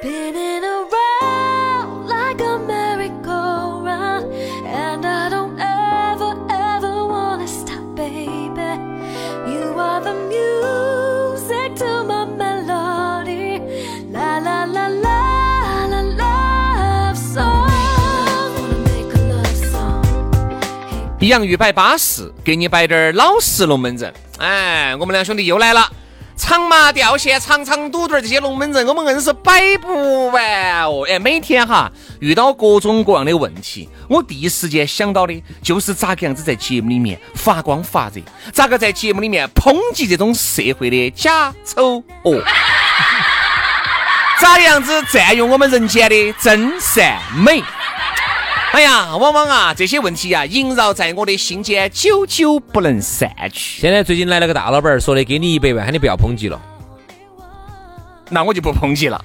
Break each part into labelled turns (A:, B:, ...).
A: Spinning around like a merry-go-round, and I don't ever, ever wanna stop, baby. You are the music to my melody, la la la la la love song. I wanna make a love song.
B: 洋芋摆巴适，给你摆点儿老实龙门阵。哎，我们两兄弟又来了，长麻掉线、长长赌墩儿这些龙门阵，我们硬是摆不完哦。哎，每天哈遇到各种各样的问题，我第一时间想到的就是咋个样子在节目里面发光发热，咋个在节目里面抨击这种社会的假丑恶。咋样子占用我们人间的真善美？哎呀，往往啊，这些问题啊，萦绕在我的心间，久久不能散去。
C: 现在最近来了个大老板儿，说的给你一百万，喊你不要抨击了。
B: 那我就不抨击了。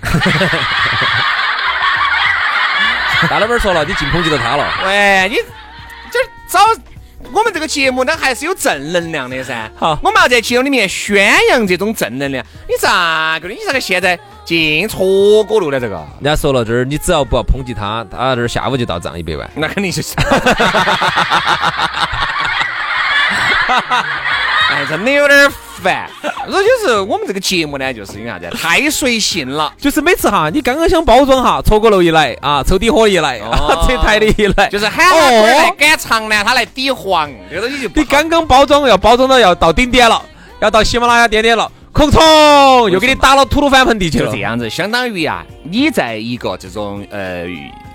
C: 大老板儿说了，你净抨击到他了。
B: 喂，你这早，我们这个节目呢，还是有正能量的噻。
C: 好
B: 我们要在节目里面宣扬这种正能量。你咋个的？你咋个现在净错过路了？这个，
C: 人家说了，这儿你只要不要抨击他，他这儿下午就到账一百万。
B: 那肯定是。 哎，真的有点烦。这就是我们这个节目呢，就是因为啥子？太随性了。
C: 就是每次哈，你刚刚想包装哈，错过楼一来啊，抽底火一来，
B: 哦
C: 啊， 拆台的一来，
B: 就是喊他龟儿来赶场呢，他来抵黄，这个东西就不
C: 你
B: 好
C: 刚刚包装要包装到要到顶点了，要到喜马拉雅顶点了，空冲又给你打到吐鲁番盆地去
B: 就
C: 了
B: 这。样子，相当于啊，你在一个这种呃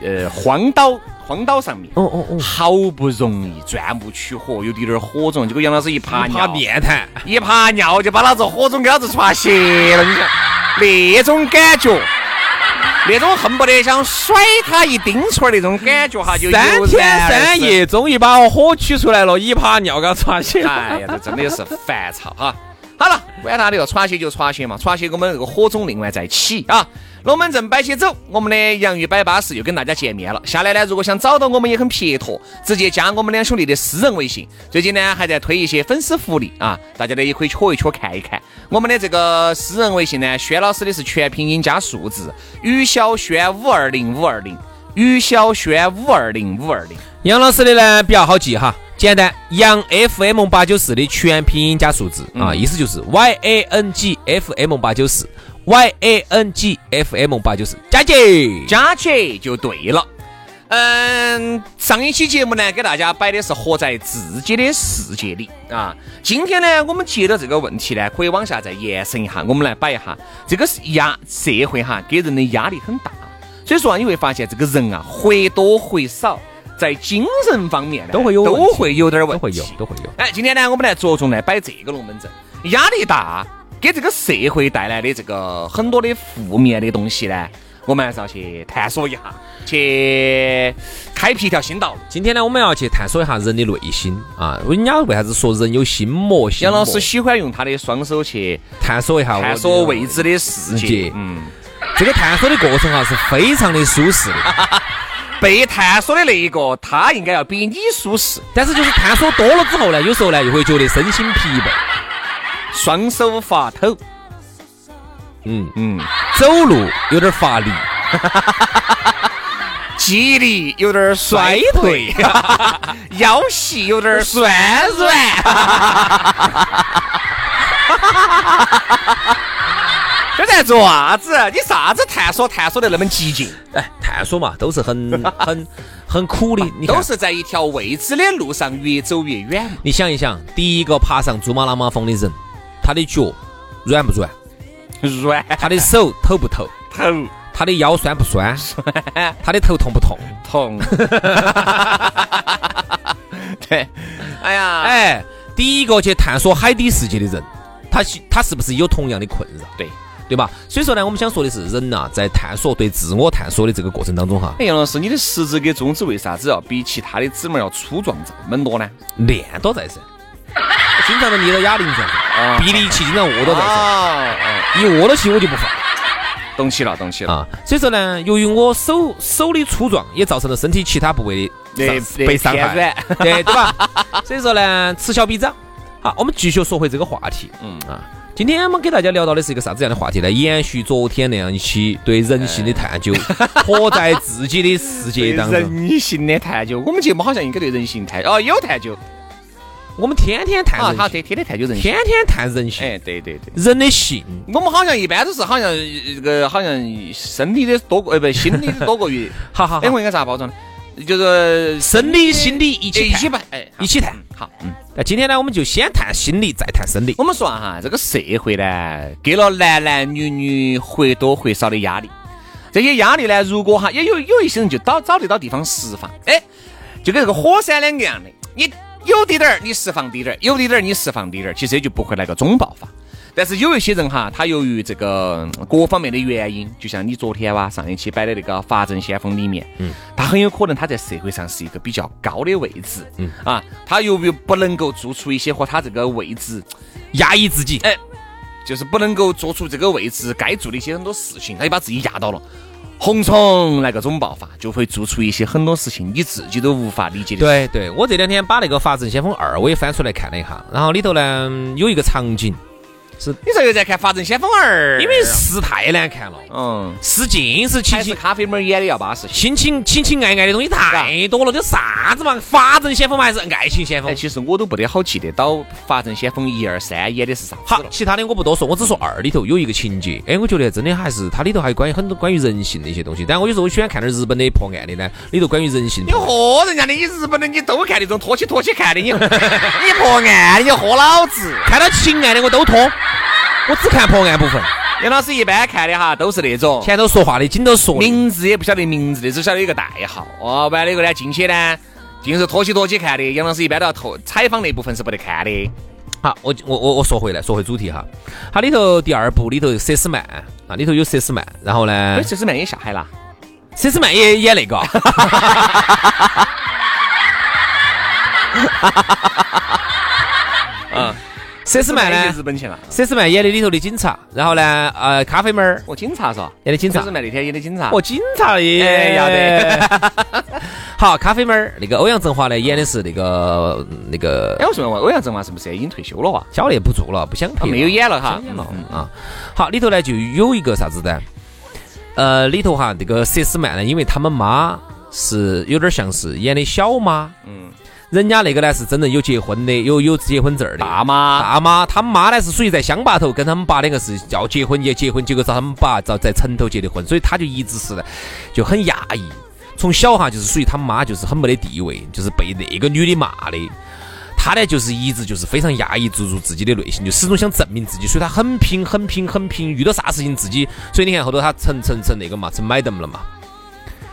B: 呃荒岛荒岛上面，
C: 哦哦哦，
B: 好不容易钻木取火，有滴点儿火种，结果杨老师一爬
C: 怕
B: 尿，
C: 面谈，
B: 一爬尿就把老子火种给老子抓斜了，你想那种感觉。那种恨不得想甩他一丁锤儿那种感觉哈，就
C: 三
B: 油
C: 天
B: 然而
C: 三
B: 生
C: 夜终于把火取出来了，一趴尿给他抓起来。
B: 哎呀，这真的是烦躁哈。好了，管他的哟，耍些就耍些嘛，耍些我们这个火种另外再起啊。龙门阵摆起走，我们的洋芋摆巴士又跟大家见面了。下来呢，如果想找到我们也很撇脱，直接加我们两兄弟的私人微信。最近呢，还在推一些粉丝福利啊，大家呢也可以瞧一瞧看一看。我们的这个私人微信呢，轩老师的是全拼音加数字，于小轩五二零五二零，于小轩五二零五二零。
C: 杨老师的呢比较好记哈，简单，杨 FM 八九四的全拼音加数字、
B: 嗯
C: 啊，意思就是 Y A N G F M 八九四，Y A N G F M 八九四，加起。
B: 加起就对了。嗯，上一期节目呢，给大家摆的是活在自己的世界里啊。今天呢，我们接着这个问题呢，可以往下再延伸一下，我们来摆一下这个是压社会哈，给人的压力很大。所以说啊，你会发现这个人啊，或多或少在精神方面呢
C: 都会有问
B: 都
C: 题
B: 会有点儿问
C: 都
B: 题，
C: 会有，都会有。
B: 哎，今天呢，我们来着重来摆这个龙门阵。压力大给这个社会带来的这个很多的负面的东西呢，我们还是要去探索一下，去开辟一条新道路。
C: 今天呢，我们要去探索一下人的内心啊，人家为啥子说人有心魔？心
B: 杨嗯老
C: 魔
B: 师喜欢用他的双手去
C: 探索一下我
B: 探索未知的世
C: 世
B: 界
C: 界，
B: 嗯，
C: 这个探索的过程哈啊是非常的舒适 的，
B: 被探索的那一个，他应该要比你舒适，
C: 但是就是探索多了之后呢，有时候呢又会觉得身心疲惫，
B: 双手发抖，
C: 嗯，
B: 嗯，
C: 走路有点乏力。
B: 记忆力有点儿衰 退，腰细有点儿酸软。 这然做啥子？你啥子探索探索得那么激进？
D: 哎，探索嘛，都是 很很很苦的，你看
B: 啊都是在一条未知的路上越走越远嘛。
D: 你想一想，第一个爬上珠穆朗玛峰的人，他的脚软不软？
B: 软
D: 他的手抖不抖？
B: 头
D: 他的腰酸不酸？他的头痛不痛？
B: 痛。 对，哎呀，哎，
D: 哎，第一个去探索海底世界的人，他是他是不是有同样的困扰？
B: 对。
D: 对吧？所以说呢，我们想说的是，人呐、在探索对自我探索的这个过程当中哈，
B: 哎杨老师，你的食指跟中指为啥子要哦比其他的指拇要粗壮这么多呢？
D: 练到在 噻，经常都捏到哑铃噻，
B: 啊
D: 臂力起经常握到在噻，
B: 哦，
D: 一握到起我就不放。
B: 懂起了，懂起了。
D: 啊，所以说呢，由于我手手的粗壮，也造成了身体其他部位的
B: 对
D: 伤
B: 对
D: 被伤
B: 偏
D: 害，对对吧？ 所以说呢，此消彼长。好，我们继续说回这个话题。嗯啊，今天我们给大家聊到的是一个啥子样的话题呢？延续昨天那样一期对人性的探究，活在自己的世
B: 哎对
D: 界当中。
B: 人性的探究，我们节目好像应该对人性探哦有探究
D: 我们天天探
B: 啊，
D: 人
B: 他
D: 性，
B: 天天的探究人性
D: 天。天探人性，
B: 哎，对对对，
D: 人的性。
B: 我们好像一般都是好像这个好像生理的多过，呃不，心理的多 过于。
D: 好好
B: 哎，
D: 好，
B: 我应该咋包装呢？就是
D: 生理、心理一
B: 哎
D: 起
B: 一起
D: 探，
B: 吧，哎，好
D: 一起探。
B: 嗯好，嗯。
D: 那今天呢，我们就先谈心理，再谈生理。
B: 我们说啊哈，这个社会呢，给了男男女女或多或少的压力。这些压力呢，如果哈，也有有一些人就找找得到地方释放，哎，就跟这个火山两个样的，你有滴点儿你释放滴点儿，有滴点儿你释放滴点儿，其实也就不会来个总爆发。但是有一些人哈，他由于这个嗯各方面的原因，就像你昨天哇、上一期摆的那个法证先锋里面，嗯，他很有可能他在社会上是一个比较高的位置，嗯啊，他由于不能够做出一些和他这个位置
D: 压抑自
B: 哎
D: 己，
B: 就是不能够做出这个位置该做的一些很多事情，他就把自己压到了。红虫来个总爆发，就会做出一些很多事情你自己都无法理解的。，
D: 对对，我这两天把那个《法证先锋二》我也翻出来看了一下，然后里头呢有一个场景，
B: 你这又在看《法证先锋二》，
D: 因为诗太难看了，
B: 嗯，
D: 诗尽是亲
B: 还是
D: 亲
B: 咖啡妹演的要巴适些。
D: 亲亲亲情爱爱的东西太多了，这啥子嘛？法证先锋嘛，还是爱情先锋
B: 哎，？其实我都不得好记得到《法证先锋》一二三演的是啥子
D: 好，
B: 了。
D: 其他的我不多说，我只说二里头有一个情节，哎，我觉得真的还是它里头还有关于很多关于人性的一些东西。但我有时候我喜欢看点日本的破案的呢，里头关于人性
B: 你
D: 破案。
B: 和人家的，你日本的你都看那种拖起拖起看的，你你破案，你和老子。
D: 看到情爱的我都拖，我只看破案部分，
B: 杨老师一般看的哈都是那种
D: 前头说话的，紧头说的。
B: 名字也不晓得名字的，只晓得有个代号。哦，完了以后呢，进去呢，尽是拖起拖起看的。杨老师一般都要投采访那部分是不得看的。
D: 好，我我我我说回来，说回主题哈。它里头第二部里头有佘诗曼啊，里头有佘诗曼，然后呢
B: 哎，，佘诗曼也下海了，
D: 佘诗曼也演那个，
B: 嗯，
D: 佘诗曼
B: 也去
D: 呢
B: 日，本去了。
D: 佘诗曼演的里头的警察，然后呢，呃，咖啡妹儿
B: 哦，警察是吧？
D: 演的警察
B: 佘诗，曼那天演的警察。
D: 哦，警察
B: 哎
D: 也
B: 要
D: 得。 好，咖啡妹儿那个欧阳震华呢演的是那个嗯那个
B: 哎，我说问欧阳震华是不是已经退休了哇？
D: 晓得不做了，不想
B: 他
D: 拍了，
B: 啊没有演了哈嗯
D: 不想。演了啊。好，里头呢就有一个啥子呢？呃，里头哈这个佘诗曼呢，因为他们妈是有点像是演的小妈，
B: 嗯，
D: 人家那个呢是真正有结婚的，有有结婚证儿的。
B: 大妈，
D: 大妈，他妈呢是属于在乡坝头，跟他们爸两个是要结婚结结婚，结果遭他们爸遭在城头结的婚，所以他就一直是就很压抑。从小哈就是属于他妈就是很没得地位，就是被那个女的骂的。他呢就是一直就是非常压抑住住自己的内心，就始终想证明自己，所以他很拼很拼很拼，遇到啥事情自己，所以你看后头他成成成那个嘛，成 madam 了嘛。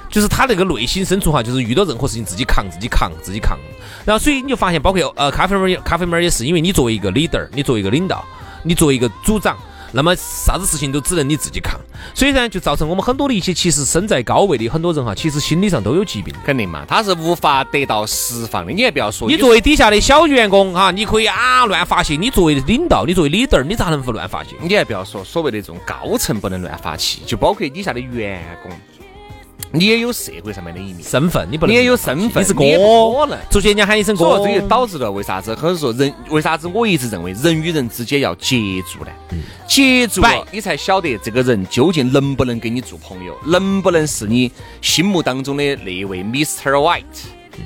D: 就是他那个内心深处哈，就是遇到任何事情自己扛，自己扛，自己扛。然后所以你就发现，包括呃咖啡妹儿也，咖啡妹儿也是，因为你作为一个 leader，你作为一个领导，你作为一个组长，那么啥子事情都只能你自己扛。所以呢，就造成我们很多的一些其实身在高位的很多人哈，其实心理上都有疾病的。
B: 肯定嘛，他是无法得到释放的。你也不要说
D: 你作为底下的小员工哈，你可以啊乱发泄；你作为领导，你作为 leader，你咋能不乱发泄？
B: 你还不要说所谓的这种高层不能乱发气，就包括底下的员工，你也有社会上面的一面，
D: 身份你不能，
B: 你也有身份
D: 你是哥
B: 你也不可能，
D: 出去人家喊一声
B: 所
D: 哥，
B: 以这
C: 哦
B: 就导致了为啥子？可是说人为啥子？我一直认为人与人之间要接触呢，接触
D: 摆
B: 了你才晓得这个人究竟能不能跟你做朋友，能不能是你心目当中的那一位 Mr. White，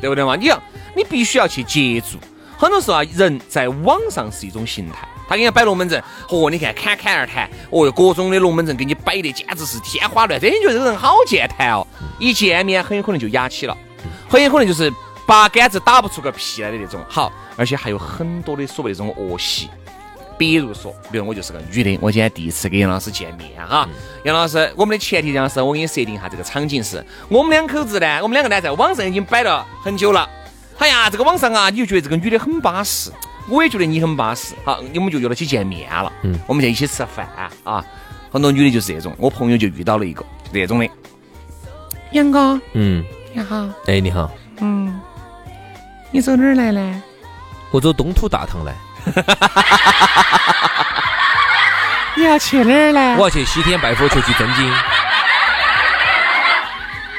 B: 对不对嘛？你要你必须要去接触。很多时候啊，人在网上是一种形态，他给你摆龙门阵，哦嚯，你看侃侃而谈，哦哟，各种的龙门阵给你摆的简直是天花乱坠，真觉得这个人好健谈哦。一见面很有可能就哑起了，很有可能就是八竿子打不出个屁来的那种。好，而且还有很多的所谓这种恶习。比如说，比如我就是个女的，我今天第一次跟杨老师见面哈。杨老师，我们的前提，杨老师，我给你设定一下这个场景是，我们两口子呢，我们两个呢在网上已经摆了很久了。哎呀，这个网上啊，你就觉得这个女的很巴适，我也觉得你很巴适，好，你们就约了起见面了。嗯，我们在一起吃饭啊。很多女的就是这种，我朋友就遇到了一个就这种的。杨哥，
C: 嗯，
B: 你好，
C: 哎，你好，
B: 嗯，你走哪儿来呢？
C: 我走东土大唐来，
B: 你要去哪儿呢
C: 我？要去西天拜佛求取真经。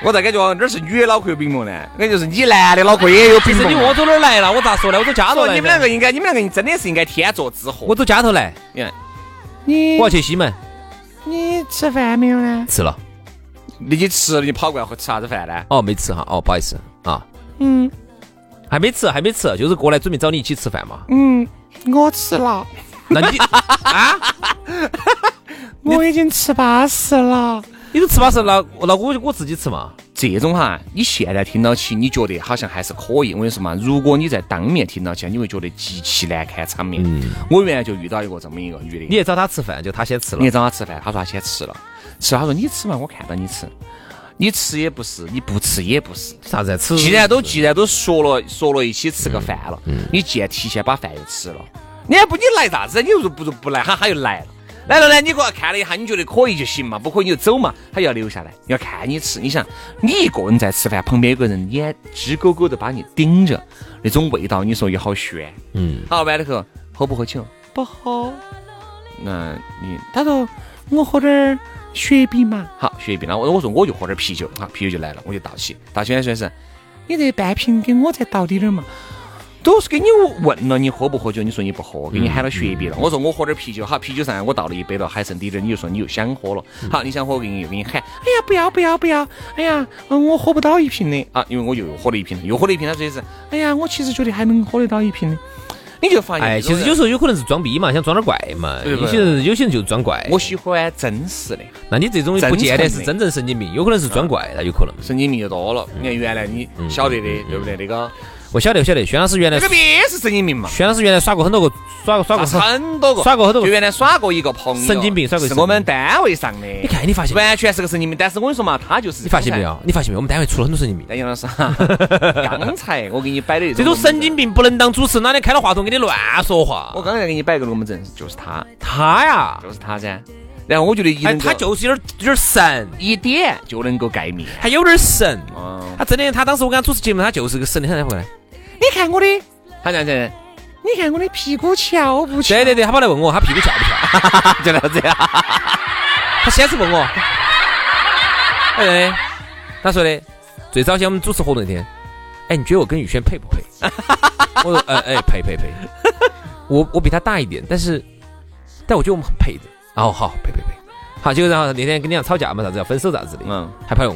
B: 我咋感觉哪儿是女的脑壳有病蒙呢？那就是你男的脑壳也有
C: 其
B: 病
C: 实
B: 蒙。
C: 你问我走哪儿来了？我咋说呢？我走家头
B: 说
C: 来。
B: 你们两个，应该，你们两个真的是应该天作之合。
C: 我走家头来。
B: 你看，嗯
C: 我要去西门，
B: 你吃饭没有呢？
C: 吃了。
B: 你去吃了，你跑过来会吃啥子饭呢？
C: 哦，没吃哈，哦，不好意思啊。嗯，还没吃，还没吃，就是过来准备找你一起吃饭嘛。
B: 嗯，我吃了，
C: 那你
B: 我已经吃巴适了。
C: 你都吃饱是那那我我自己吃嘛。
B: 这种哈，你现在听到起，你觉得好像还是可以。我跟你说嘛，如果你在当面听到起，你会觉得极其难堪场面。我原来就遇到一个这么一个女的，
C: 嗯你也找他吃饭，就他先吃了
B: 你。找他吃饭，他说他先吃了，吃了他说你吃嘛，我看到你吃，你吃也不是，你不吃也不是。
C: 啥子？吃？嗯
B: 既然都既然都说了说了一起吃个饭了，你既然提前把饭又吃了，你还不你来啥子？你又不如不来，哈哈又来了。来了呢，你给我看了一下，你觉得可以就行嘛，不可以你就走嘛。他要留下来，要看你吃。你想，你一个人在吃饭，旁边有个人眼直勾勾的把你盯着，那种味道，你说也好悬。
C: 嗯，
B: 好，完了后喝不喝酒？不喝。那你他说我喝点儿雪碧嘛。好，雪碧。然后我我说我就喝点儿啤酒，好，啤酒就来了，我就倒起。倒起来说是，你这半瓶给我再倒滴点儿嘛。都是给你问了你喝不喝酒，你说你不喝，给你喊了雪碧了。我说我喝点儿啤酒，好，啤酒上来我倒了一杯了，还剩滴点儿，你就说你又想喝了。好，你想喝，我给你又给你喊，哎呀不要不要不要，哎呀，嗯我喝不到一瓶的啊，因为我又喝了一瓶了，又喝了一瓶，他说的是，哎呀我其实觉得还能喝得到一瓶的。你就发现，
C: 哎，其实有时候有可能是装逼嘛，想装点怪嘛。
B: 对不
C: 有
B: 对
C: 些人有些人就是装怪。
B: 我喜欢真实的，
C: 那你这种
B: 真
C: 不见得
B: 诚
C: 是
B: 的嗯
C: 真正神经病，有可能是装怪的，有可能。
B: 神经病就多了。
C: 嗯
B: 你看原来你晓得的，对不对？那个
C: 我晓得，我晓得，轩老师原来
B: 那个别是神经病嘛，
C: 轩老师原来耍过很多个，耍过耍过很。
B: 很多个
C: 耍过很多
B: 就
C: 个
B: 原来耍过一个朋友，
C: 神经病耍过一
B: 是
C: 个
B: 我们单位上的。
C: 你看，你发现没有
B: 完全是个神经病，但是我跟你说嘛，他就是
C: 你发现没？有？你发现没有？我们单位出了很多神经
B: 哎
C: 病。
B: 但杨 老师，哈刚才我给你摆的
C: 这种神经
B: 病，
C: 病不能当主持，哪里开了话筒给你乱说话？
B: 我刚才给你摆个龙门阵，就是他，
C: 他呀，
B: 就是他噻。然后我觉得一
C: 哎，
B: 能够
C: 他就是有点有点神，
B: 一点就能够盖面。
C: 还有点神。
B: 嗯，
C: 他真的，他当时我跟他主持节目，他就是个神，你看他回来。
B: 你看我的，他这样 子，
C: 啊
B: 你看我的屁股翘不翘？
C: 对对对，他跑来问我，他屁股翘不翘？
B: 就那这样。
C: 他先是问我，哎，他说的，最早先我们主持活动那天，哎，你觉得我跟宇轩配不配？ 我说，呃，哎，配配配，我我比他大一点，但是，但我觉得我们很配的。哦，好，配配配，好，结果然后那天跟你俩吵架嘛，啥子要分手啥子的，
B: 嗯，
C: 还拍我。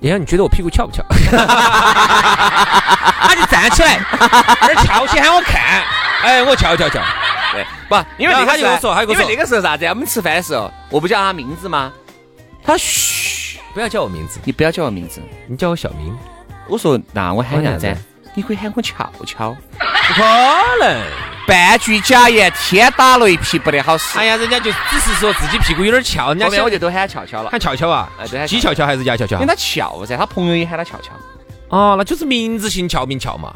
C: 你让你觉得我屁股翘不翘？ 他就站起 来，而翘起喊我看，哎，我翘翘翘。
B: 对，不，因为
C: 然
B: 那
C: 后
B: 个
C: 他就
B: 时候
C: 跟我说他就跟我
B: 因
C: 说
B: 为那个时候啥子呀？我们吃饭的时候，我不叫他名字吗？他说嘘，
C: 不要叫我名字，
B: 你不要叫我名字。
C: 你叫我小明。
B: 我说那我喊啥
C: 我
B: 子
C: 喊啥？
B: 你可以喊我翘翘。
C: 不可能！
B: 半句假言，天打雷劈，不得好使。
C: 哎呀，人家就只是说自己屁股有点翘，人家
B: 后面
C: 想
B: 我就都喊他翘翘了，
C: 喊翘翘啊
B: 哎对，
C: 鸡翘翘还是鸭翘翘
B: 因为？他翘噻，他朋友也喊他翘翘。
C: 哦，那就是名字姓翘，名翘嘛，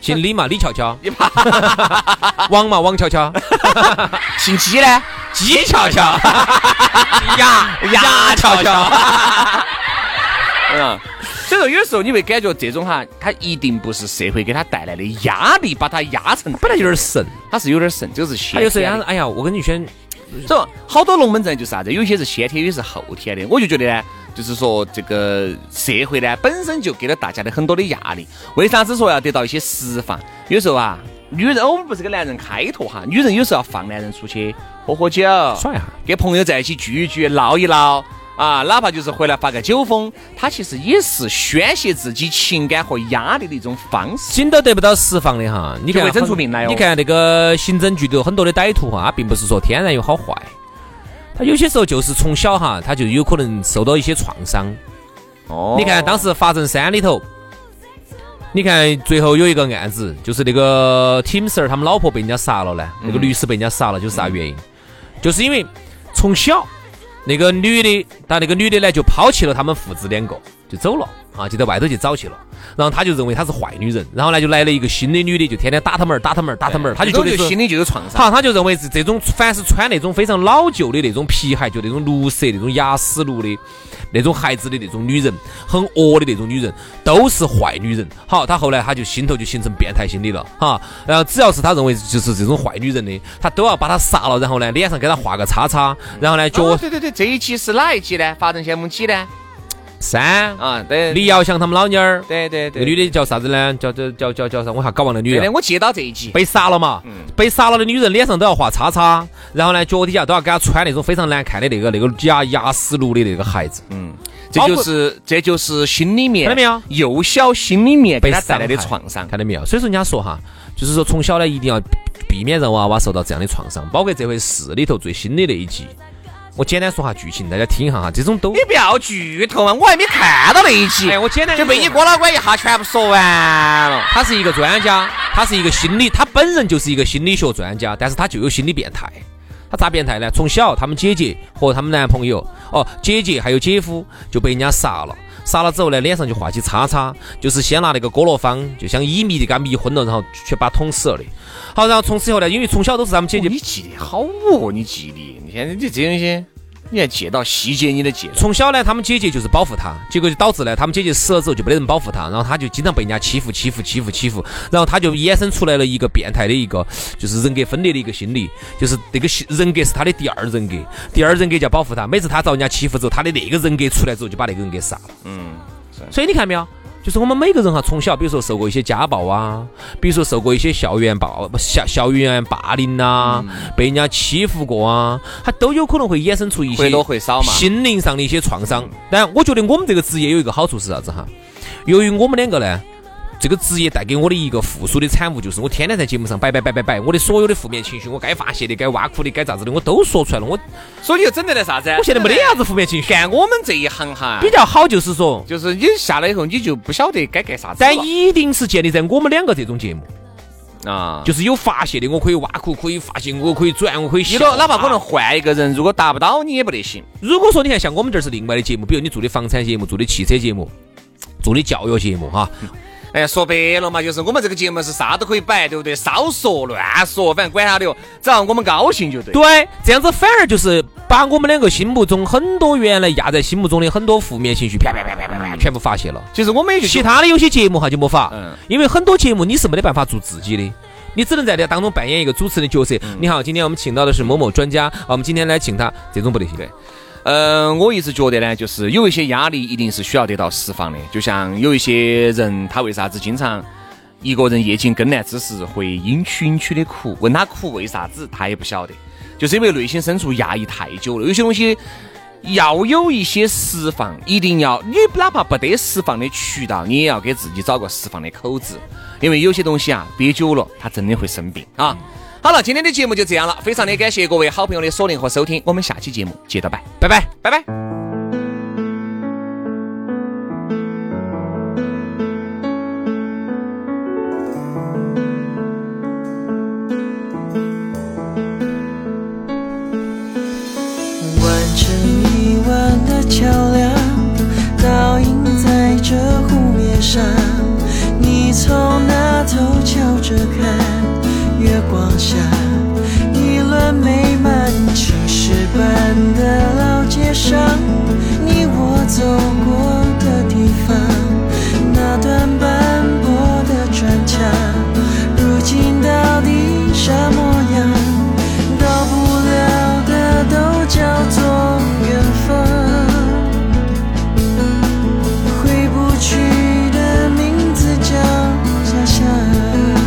C: 姓李嘛，李翘翘；
B: 你 怕
C: 王嘛，王翘翘；
B: 姓鸡呢？
C: 鸡翘 翘，鸭鸭翘翘。
B: 嗯，所以说有时候你会感觉这种哈，他一定不是社会给他带来的压力把他压成，
C: 本来有点神，
B: 他是有点神，这个是先
C: 他有时候
B: 天
C: 他
B: 的
C: 说：“哎呀，我跟宇轩
B: 这好多龙门阵就是啥子，有些是先天，有些是后天的。我就觉得呢，就是说这个社会呢本身就给了大家的很多的压力。为啥子说要得到一些释放？有时候啊，女人我们不是给男人开脱哈，女人有时候要放男人出去喝喝酒，
C: 耍一下。
B: 跟朋友在一起聚一聚，闹一闹。啊，哪怕就是回来发个酒疯，它其实也是宣泄自己情感和压力的一种方式。
C: 紧都得不到释放的哈。你看
B: 就会
C: 很
B: 整出命来哦
C: 你看那个刑侦剧里头很多的歹徒啊哈，他并不是说天然有好坏，他有些时候就是从小哈，他就有可能受到一些创伤。
B: 哦
C: 你看当时法证三里头，你看最后有一个案子，就是那个 Tim Sir 他们老婆被人家杀了呢，那个律师被人家杀了，就是啥原因？就是因为从小那个女的，她那个女的呢就抛弃了他们父子两个，就走了啊，就在外头去找去了。然后他就认为她是坏女人，然后呢就来了一个新的女的，就天天打他们儿，打他们儿，打他们儿，他就觉
B: 这种
C: 得
B: 就是心里就有创伤。
C: 好，他就认为是这种，凡是穿那种非常老旧的那种皮鞋，就那种绿色、那种雅思绿的那种鞋子的那种女人，很恶的那种女人，都是坏女人。好，他后来他就心头就形成变态心理了哈。然后只要是他认为就是这种坏女人的，他都要把她杀了，然后呢脸上给她画个叉叉，然后呢
B: 哦
C: 脚
B: 对对对，这一集是哪一集呢？法证先锋几呢？
C: 三，
B: 啊，对，
C: 李耀祥他们老娘儿，
B: 对对
C: 那
B: 对，
C: 女的叫啥子呢？叫叫叫叫叫啥？我还搞忘了女
B: 对
C: 的啊
B: 的，。我记到这一集。
C: 被杀了嘛，被杀了的女人脸上都要画叉叉，然后呢，脚底下都要给她穿那种非常难看的那个那个假牙丝路的那个鞋子，
B: 这就是这就是心里面
C: 看到没有
B: 幼小心里面给
C: 被
B: 他带来的
C: 伤害
B: 创伤。
C: 看到没有？所以说人家说哈，就是说从小呢一定要避免让娃娃受到这样的创伤，包括这回四里头最新的那一集，我简单说下剧情，大家听一下哈，这种都
B: 你不要剧透啊嘛，我还没看到那一集，
C: 哎我简单
B: 就被你郭老倌一下全部说完了。
C: 他是一个专家，他是一个心理，他本人就是一个心理学专家，但是他就有心理变态。他咋变态呢？从小他们姐姐和他们男朋友，哦，姐姐还有姐夫就被人家杀了，杀了之后呢，脸上就画起叉叉，就是先拿那个哥罗芳，就想乙醚的给他迷昏了，然后去把他捅死了的。好，然后从此以后呢，因为从小都是他们姐
B: 哦
C: 姐
B: 你记得好哦，你记得，你看你这东西，你还记到细节，你都记到。
C: 从小呢，他们姐姐就是保护他，结果就导致呢，他们姐姐死了之后就没得人保护他，然后他就经常被人家欺负、欺负、欺负、欺负，然后他就衍生出来了一个变态的一个，就是人格分裂的一个心理，就是这个心人格是他的第二人格，第二人格叫保护他，每次他遭人家欺负之后，他的那个人格出来之后就把那个人给杀了。
B: 嗯，
C: 所以你看没有？就是我们每个人哈，从小比如说受过一些家暴啊，比如说受过一些校园暴、校校园霸凌呐、被人家欺负过啊，他都有可能会衍生出一些
B: 会多会少嘛。
C: 心灵上的一些创伤。但我觉得我们这个职业有一个好处是啥子哈？由于我们两个呢，这个职业带给我的一个附属的产物就是，我天天在节目上摆摆摆摆摆，我的所有的负面情绪，我该发泄的、该挖苦的、该啥子的，我都说出来了。我
B: 所以就整得来啥子？啊
C: 我现在没得啥子负面情绪，
B: 干我们这一行哈
C: 比，较好就是说，
B: 就是你下来以后你就不晓得该干啥子
C: 但
B: 了
C: 一定是建立在我们两个这种节目，
B: 啊。
C: 就是有发泄的，我可以挖苦，可以发泄，我可以转，我可以
B: 你
C: 笑
B: 都
C: 啊。
B: 哪怕可能换一个人，如果达不到你也不得行。
C: 如果说你看像我们这儿是另外的节目，比如你做的房产节目、做的汽车节目、做的教育节目哈，
B: 哎，说白了嘛，就是我们这个节目是啥都可以摆，对不对？少说乱说，反正管他的哟，只要我们高兴就对。
C: 对，这样子反而就是把我们两个心目中很多原来压在心目中的很多负面情绪，啪啪啪啪啪啪，全部发泄了。
B: 其实我们也就
C: 其他的有些节目哈就没法，
B: 嗯
C: 因为很多节目你是没得办法做自己的。你只能在这当中扮演一个主持人的角色。你好，今天我们请到的是某某专家，啊，我们今天来请他，这种不得行。
B: 对嗯，我一直觉得呢，就是有一些压力一定是需要得到释放的，就像有一些人他为啥子经常一个人夜尽更难之时会阴屈阴屈的哭，问他哭为啥子，他也不晓得，就是因为内心深处压抑太久了，有些东西。要有一些释放，一定要你哪怕不得释放的渠道，你也要给自己找个释放的口子，因为有些东西啊，憋久了它真的会生病啊。好了，今天的节目就这样了，非常的感谢各位好朋友的锁定和收听，我们下期节目接着拜，拜拜，拜拜。
E: 弯成一弯的桥梁，倒映在这湖面上。你从那头瞧着看，月光下，一轮美满青石板的老街上，你我走过的地方，那段斑驳的砖墙，如今到底啥模样？到不了的都叫做缘分。回不去的名字叫家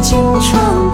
E: 心窗